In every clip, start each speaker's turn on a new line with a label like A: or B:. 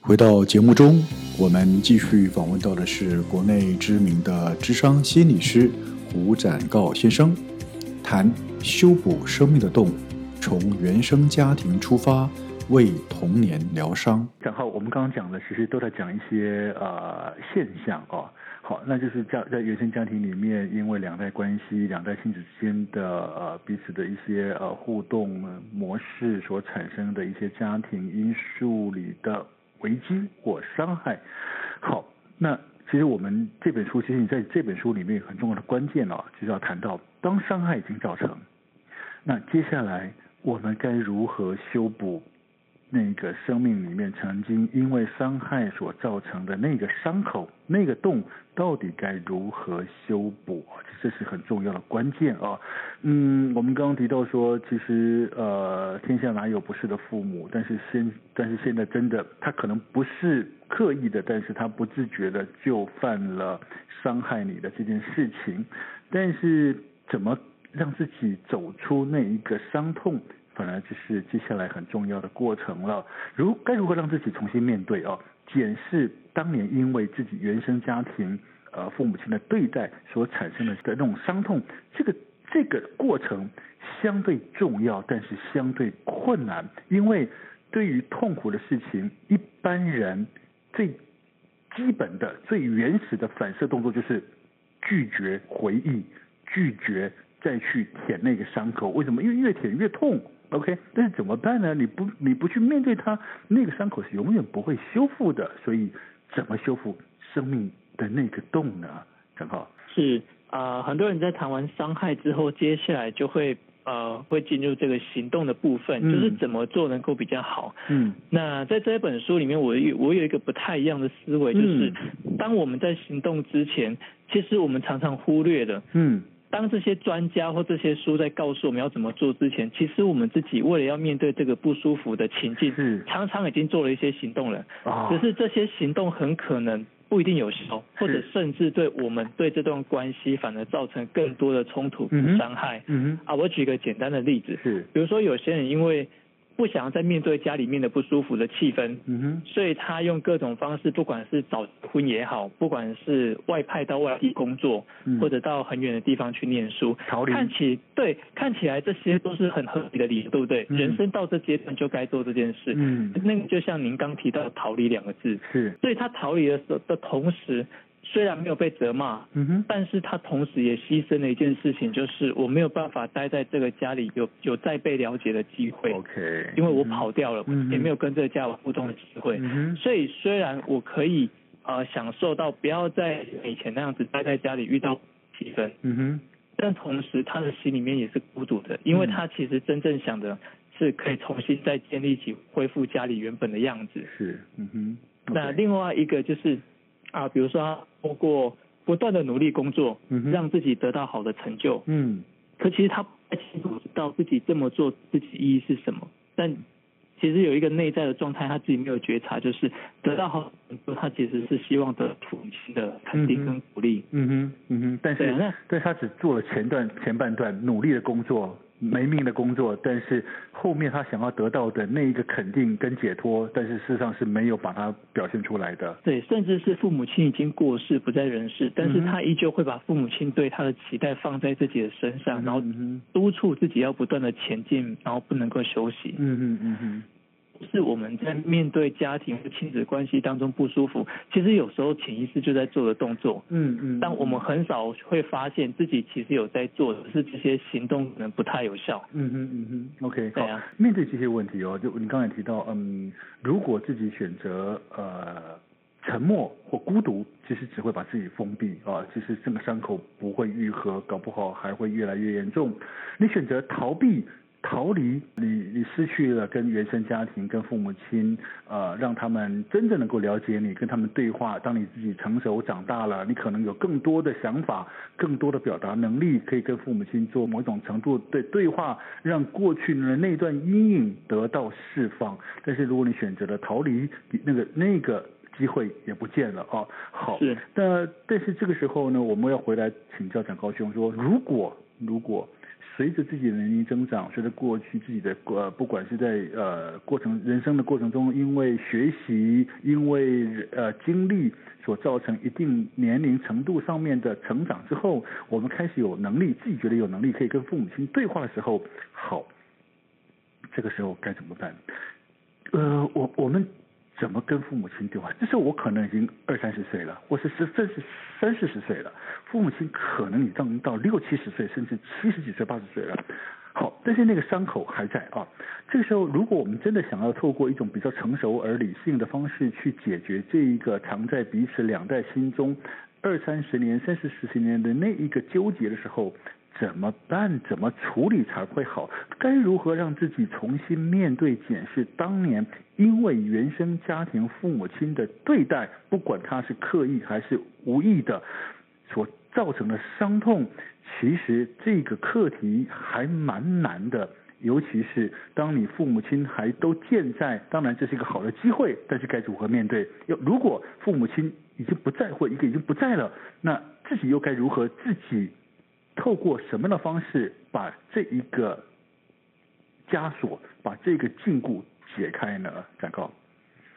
A: 回到节目中，我们继续访问到的是国内知名的智商心理师胡展诰先生，谈修补生命的洞，从原生家庭出发，为童年疗伤。
B: 然后我们刚刚讲的，其实都在讲一些呃现象哦。好，那就是家在原生家庭里面，因为两代关系、两代亲子之间的呃彼此的一些呃互动模式所产生的一些家庭因素里的危机或伤害。好，那其实我们这本书，其实你在这本书里面很重要的关键哦，就是要谈到当伤害已经造成，那接下来我们该如何修补那个生命里面曾经因为伤害所造成的那个伤口、那个洞，到底该如何修补？这是很重要的关键啊。嗯，我们刚刚提到说，其实呃，天下哪有不是的父母？但是现但是现在真的，他可能不是刻意的，但是他不自觉的就犯了伤害你的这件事情。但是怎么让自己走出那一个伤痛？反而就是接下来很重要的过程了。如该如何让自己重新面对啊？检视当年因为自己原生家庭呃父母亲的对待所产生的的那种伤痛，这个这个过程相对重要，但是相对困难，因为对于痛苦的事情，一般人最基本的、最原始的反射动作就是拒绝回忆，拒绝再去舔那个伤口。为什么？因为越舔越痛。OK，但是怎么办呢？你不你不去面对它，那个伤口是永远不会修复的。所以，怎么修复生命的那个洞呢？陈浩
C: 是呃，很多人在谈完伤害之后，接下来就会呃会进入这个行动的部分，
B: 嗯
C: 就是怎么做能够比较好。
B: 嗯
C: 那在这本书里面，我有我有一个不太一样的思维，就是当我们在行动之前，其实我们常常忽略了。
B: 嗯
C: 当这些专家或这些书在告诉我们要怎么做之前，其实我们自己为了要面对这个不舒服的情境
B: 是，
C: 常常已经做了一些行动了。
B: 啊，
C: 只是这些行动很可能不一定有效，或者甚至对我们对这段关系反而造成更多的冲突
B: 嗯哼
C: 伤害。
B: 嗯
C: 啊，我举个简单的例子
B: 哼，是
C: 比如说有些人因为不想要再面对家里面的不舒服的气氛，
B: 嗯哼
C: 所以他用各种方式，不管是找婚也好，不管是外派到外地工作，
B: 嗯
C: 或者到很远的地方去念书，
B: 逃离
C: 看起对看起来这些都是很合理的理由，对不对？
B: 嗯
C: 人生到这阶段就该做这件事。
B: 嗯
C: 那个就像您刚提到“逃离”两个字，
B: 是
C: 所以他逃离的时候的同时，虽然没有被责骂，
B: 嗯哼
C: 但是他同时也牺牲了一件事情，就是我没有办法待在这个家里有有再被了解的机会，
B: ，OK，
C: 因为我跑掉了，我
B: 嗯哼
C: 也没有跟这个家有互动的机会。
B: 嗯哼
C: 所以虽然我可以呃享受到不要再以前那样子待在家里遇到气氛，
B: 嗯哼
C: 但同时他的心里面也是孤独的，因为
B: 嗯
C: 他其实真正想的是可以重新再建立起恢复家里原本的样子。
B: 是嗯哼，
C: 那
B: OK，
C: 另外一个就是啊，比如说他通过不断的努力工作，
B: 嗯哼
C: 让自己得到好的成就，
B: 嗯
C: 可其实他不太清楚知道自己这么做自己意义是什么，但其实有一个内在的状态，他自己没有觉察，就是得到好成就，他其实是希望得父母亲的肯定跟鼓励。
B: 嗯哼嗯哼，但
C: 对啊
B: 是
C: 那
B: 但是他只做了前段前半段努力的工作。没命的工作，但是后面他想要得到的那一个肯定跟解脱，但是事实上是没有把它表现出来的。
C: 对，甚至是父母亲已经过世不在人世，但是
B: 嗯哼
C: 他依旧会把父母亲对他的期待放在自己的身上，然后
B: 嗯哼
C: 督促自己要不断的前进，然后不能够休息。
B: 嗯哼嗯哼，
C: 是我们在面对家庭和亲子关系当中不舒服，其实有时候潜意识就在做的动作，
B: 嗯嗯，
C: 但我们很少会发现自己其实有在做，只是这些行动可能不太有效。
B: 嗯哼嗯哼，OK，
C: 对
B: 好、
C: 啊
B: 面对这些问题哦，就你刚才提到，嗯，如果自己选择呃沉默或孤独，其实只会把自己封闭啊、其实这个伤口不会愈合，搞不好还会越来越严重。你选择逃避。逃离你，你失去了跟原生家庭、跟父母亲，呃，让他们真正能够了解你，跟他们对话。当你自己成熟长大了，你可能有更多的想法，更多的表达能力，可以跟父母亲做某种程度的对话，让过去的那段阴影得到释放。但是如果你选择了逃离，你那个那个机会也不见了啊。好，
C: 是
B: 那但是这个时候呢，我们要回来请教蒋高兄说，如果如果随着自己的年龄增长，随着过去自己的呃，不管是在呃过程人生的过程中，因为学习，因为呃经历所造成一定年龄程度上面的成长之后，我们开始有能力，自己觉得有能力可以跟父母亲对话的时候，好，这个时候该怎么办？呃，我我们怎么跟父母亲对话？这时候我可能已经二三十岁了，或是是甚至三四十岁了，父母亲可能已经到六七十岁，甚至七十几岁、八十岁了。好，但是那个伤口还在啊。这个时候，如果我们真的想要透过一种比较成熟而理性的方式去解决这一个藏在彼此两代心中二三十年、三四十年的那一个纠结的时候，怎么办？怎么处理才会好？该如何让自己重新面对、检视当年因为原生家庭父母亲的对待，不管他是刻意还是无意的，所造成的伤痛？其实这个课题还蛮难的，尤其是当你父母亲还都健在，当然这是一个好的机会，但是该如何面对？要如果父母亲已经不在，或一个已经不在了，那自己又该如何自己？透过什么样的方式把这一个枷锁、把这个禁锢解开呢？展高，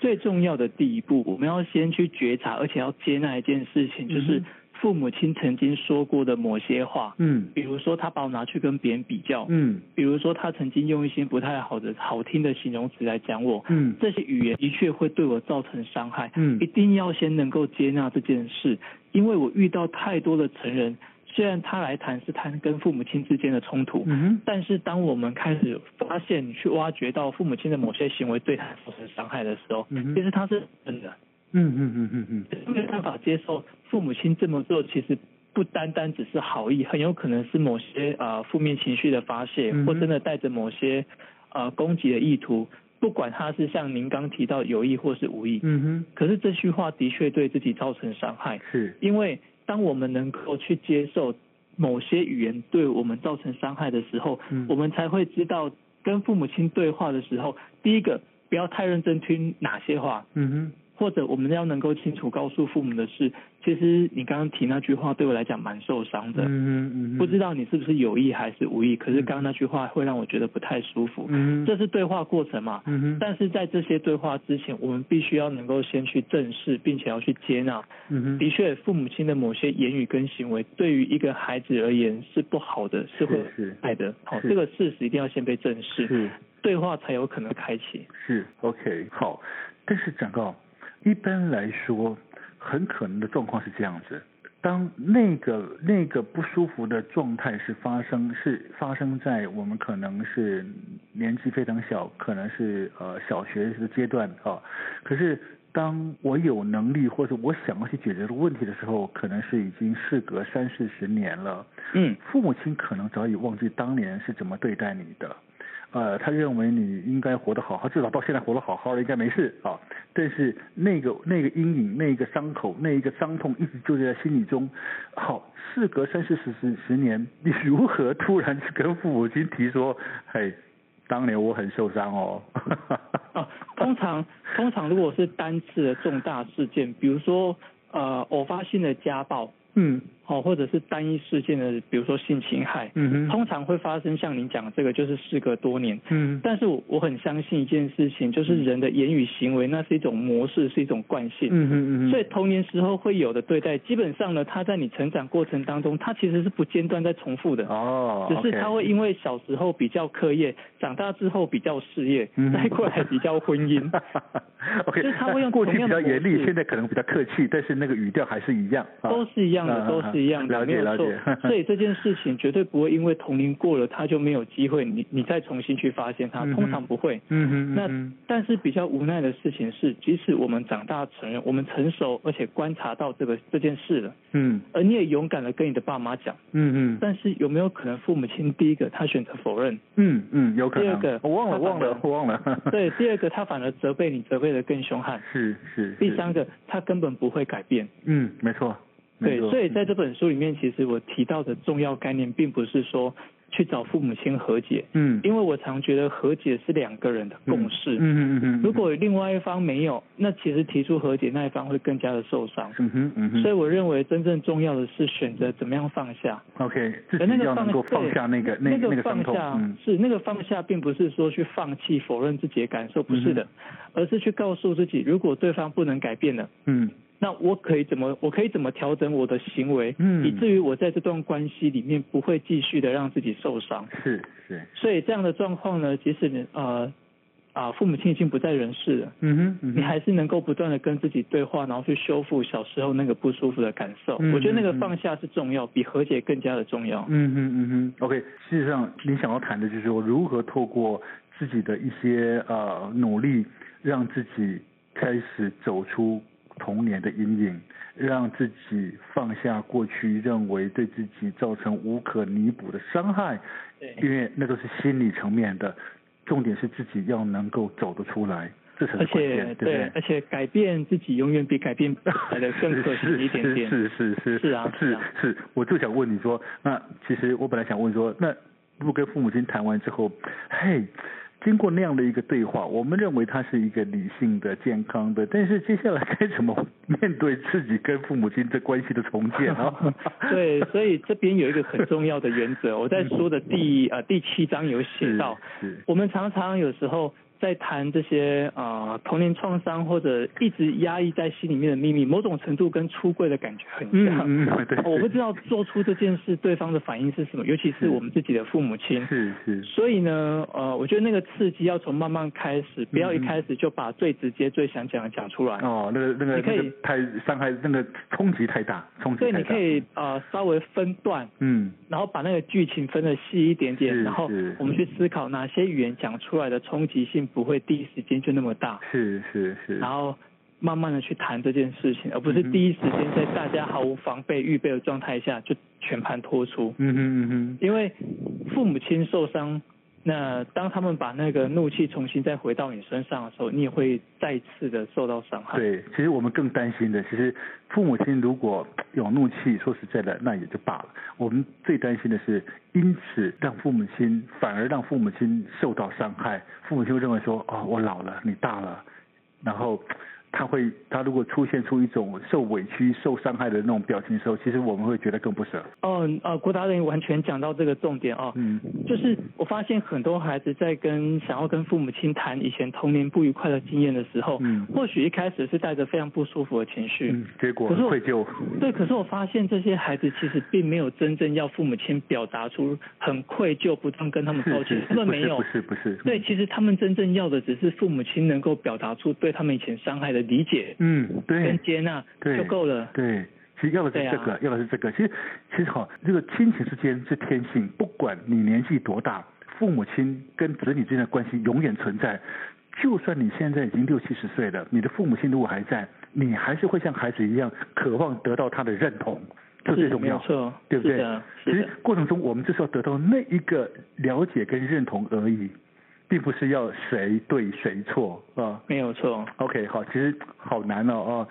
C: 最重要的第一步，我们要先去觉察，而且要接纳一件事情，就是
B: 嗯
C: 父母亲曾经说过的某些话，
B: 嗯
C: 比如说他把我拿去跟别人比较，
B: 嗯
C: 比如说他曾经用一些不太好的好听的形容词来讲我，
B: 嗯
C: 这些语言的确会对我造成伤害。
B: 嗯
C: 一定要先能够接纳这件事，因为我遇到太多的成人，虽然他来谈是谈跟父母亲之间的冲突，
B: 嗯
C: 但是当我们开始发现去挖掘到父母亲的某些行为对他造成伤害的时候，
B: 嗯哼
C: 其实他是真的，
B: 嗯嗯嗯嗯
C: 没有办法接受父母亲这么做，其实不单单只是好意，很有可能是某些呃负面情绪的发泄，
B: 嗯哼
C: 或真的带着某些呃攻击的意图。不管他是像您刚提到有意或是无意，
B: 嗯哼，
C: 可是这句话的确对自己造成伤害，
B: 是
C: 因为当我们能够去接受某些语言对我们造成伤害的时候，
B: 嗯
C: 我们才会知道跟父母亲对话的时候，第一个不要太认真听哪些话，
B: 嗯哼，
C: 或者我们要能够清楚告诉父母的是，其实你刚刚提那句话对我来讲蛮受伤
B: 嗯
C: 的，
B: 哼嗯哼，
C: 不知道你是不是有意还是无意，可是
B: 嗯
C: 刚刚那句话会让我觉得不太舒服，
B: 嗯哼
C: 这是对话过程嘛。
B: 嗯哼，
C: 但是在这些对话之前，我们必须要能够先去正视，并且要去接纳，
B: 嗯哼
C: 的确，父母亲的某些言语跟行为，对于一个孩子而言是不好的，是会
B: 是是
C: 害的。好，
B: 是
C: 这个事实一定要先被正视，
B: 是
C: 对话才有可能开启。
B: 是 OK 好，但是展高，一般来说，很可能的状况是这样子。当那个那个不舒服的状态是发生是发生在我们可能是年纪非常小，可能是呃小学的阶段啊。可是当我有能力或者我想要去解决的问题的时候，可能是已经事隔三四十年了。
C: 嗯，
B: 父母亲可能早已忘记当年是怎么对待你的，呃，他认为你应该活得好好，至少到现在活得好好的，应该没事啊。但是那个那个阴影、那个伤口、那一个伤痛，一直纠结在心里中。好，事隔三四十十十年，你如何突然去跟父母亲提说，嘿，当年我很受伤哦。
C: 啊，通常通常如果是单次的重大事件，比如说呃偶发性的家暴，
B: 嗯
C: 哦，或者是单一事件的，比如说性侵害，
B: 嗯哼
C: 通常会发生像您讲的这个，就是事隔多年。
B: 嗯
C: 但是我我很相信一件事情，就是人的言语行为，那是一种模式，是一种惯性。
B: 嗯哼嗯
C: 所以
B: 哼，
C: 童年时候会有的对待，基本上呢，它在你成长过程当中，它其实是不间断在重复的。
B: 哦，
C: 只是
B: OK
C: 它会因为小时候比较课业，长大之后比较事业
B: 嗯，
C: 再过来比较婚 姻。
B: OK，
C: 就是他会用
B: 过去
C: 同
B: 比
C: 样
B: 较
C: 的
B: 严
C: 模
B: 厉，
C: 式
B: 现在可能比较客气，但是那个语调还是一样，啊
C: 都是一样
B: 啊啊
C: 的，
B: 啊
C: 都是一样的，
B: 了
C: 没
B: 解
C: 有
B: 了
C: 错
B: 解。。
C: 所以这件事情绝对不会因为童年过了，它就没有机会，你你再重新去发现它，
B: 嗯哼
C: 通常不会。
B: 嗯哼，
C: 那
B: 嗯
C: 但是比较无奈的事情是，即使我们长大成人，我们成熟而且观察到这个这件事了，
B: 嗯
C: 而你也勇敢的跟你的爸妈讲。
B: 嗯嗯
C: 但是有没有可能父母亲第一个他选择否认，
B: 嗯嗯，有可
C: 第
B: 能
C: 二个，
B: 我忘了
C: 他反
B: 忘了
C: 而
B: 我忘了，
C: 对，第二个他反而责备你，责备的更凶悍，
B: 是是，
C: 第
B: 是
C: 三个他根本不会改变。
B: 嗯，没错，没
C: 对，
B: 错嗯
C: 所以在这本书里面，其实我提到的重要概念，并不是说去找父母亲和解，
B: 嗯
C: 因为我常觉得和解是两个人的共识。
B: 嗯嗯嗯，
C: 如果另外一方没有，那其实提出和解那一方会更加的受伤。
B: 嗯哼嗯哼，
C: 所以我认为真正重要的是选择怎么样放下。
B: OK，自
C: 可那
B: 己
C: 个
B: 要
C: 放
B: 能够放
C: 对
B: 下那个那
C: 那
B: 那个伤
C: 放
B: 痛，
C: 下
B: 嗯
C: 是那个放下，并不是说去放弃、否认自己的感受，不是
B: 嗯
C: 的，而是去告诉自己，如果对方不能改变了，
B: 嗯
C: 那我可以怎么，我可以怎么调整我的行为，
B: 嗯
C: 以至于我在这段关系里面不会继续的让自己受伤。
B: 是是，
C: 所以这样的状况呢，即使你呃啊父母亲已经不在人世了，
B: 嗯哼嗯
C: 你
B: 哼，
C: 还是能够不断的跟自己对话，然后去修复小时候那个不舒服的感受。
B: 嗯
C: 我觉得那个
B: 嗯嗯
C: 放下是重要，比和解更加的重要。
B: 嗯哼嗯哼，OK，事实上你想要谈的就是说如何透过自己的一些呃努力，让自己开始走出童年的阴影，让自己放下过去认为对自己造成无可弥补的伤害，
C: 对
B: 因为那都是心理层面的，重点是自己要能够走得出来，这才
C: 而
B: 是关键，对
C: 且
B: 不对？
C: 而且改变自己永远比改变别人来的更可惜一点点。
B: 是是是
C: 是啊
B: 是
C: 是啊？
B: 是，我就想问你说，那其实我本来想问说，那如果跟父母亲谈完之后，嘿。经过那样的一个对话，我们认为他是一个理性的、健康的，但是接下来该怎么面对自己跟父母亲这关系的重建啊
C: 对，所以这边有一个很重要的原则，我在说的第呃第七章有写
B: 是
C: 到，
B: 是
C: 我们常常有时候在谈这些呃童年创伤或者一直压抑在心里面的秘密，某种程度跟出柜的感觉很
B: 嗯
C: 像。
B: 嗯 嗯，对，
C: 哦我不
B: 对
C: 知道做出这件事对方的反应是什么，尤其是
B: 嗯
C: 我们自己的父母亲。
B: 是是
C: 所以呢，呃，我觉得那个刺激要从慢慢开始，不要一开始就把最直接、最想讲的讲出来。
B: 哦，那个那个
C: 你可
B: 那
C: 以
B: 个太伤害，那个冲击太大，冲击
C: 所以
B: 太
C: 你
B: 大
C: 可。以呃稍微分段，
B: 嗯，
C: 然后把那个剧情分的细一点点，
B: 是
C: 然后
B: 是
C: 我们去思考哪些语言讲出来的冲击性不会第一时间就那么大，
B: 是是是。
C: 然后慢慢的去谈这件事情，而不是
B: 嗯哼
C: 第一时间在大家毫无防备、预备的状态下就全盘托出。
B: 嗯哼嗯哼。
C: 因为父母亲受伤，那当他们把那个怒气重新再回到你身上的时候，你也会再次的受到伤 害。
B: 对，其实我们更担心的，其实父母亲如果有怒气，说实在的，那也就罢了。我们最担心的是，因此让父母亲反而让父母亲受到伤害，父母亲会认为说，哦，我老了，你大了，然后他会，他如果出现出一种受委屈、受伤害的那种表情的时候，其实我们会觉得更不舍。
C: 哦，呃，郭达人完全讲到这个重点哦。
B: 嗯，
C: 就是我发现很多孩子在跟想要跟父母亲谈以前童年不愉快的经验的时候，
B: 嗯
C: 或许一开始是带着非常不舒服的情绪，
B: 嗯，结果
C: 可是我
B: 愧疚。
C: 对，可是我发现这些孩子其实并没有真正要父母亲表达出很愧疚，不断跟他们
B: 是是
C: 道 嗯歉，
B: 是，
C: 他们
B: 不
C: 没
B: 是
C: 有
B: 不。是不是。
C: 对，其实他们真正要的只是父母亲能够表达出对他们以前伤害的理解
B: 嗯，对
C: 跟，接纳
B: 对
C: 就够了。
B: 对，其实要的是这个，
C: 对啊
B: 要的是这个。其实其实哈，这个亲情之间是天性，不管你年纪多大，父母亲跟子女之间的关系永远存在。就算你现在已经六七十岁了，你的父母亲如果还在，你还是会像孩子一样渴望得到他的认同，这最
C: 是
B: 重
C: 没有
B: 要。
C: 错，
B: 对不对
C: 是的，
B: 其
C: 是
B: 实
C: 的，
B: 过程中，我们就是要得到那一个了解跟认同而已，并不是要谁对谁错啊。
C: 没有错。
B: OK，好，其实好难哦，哦，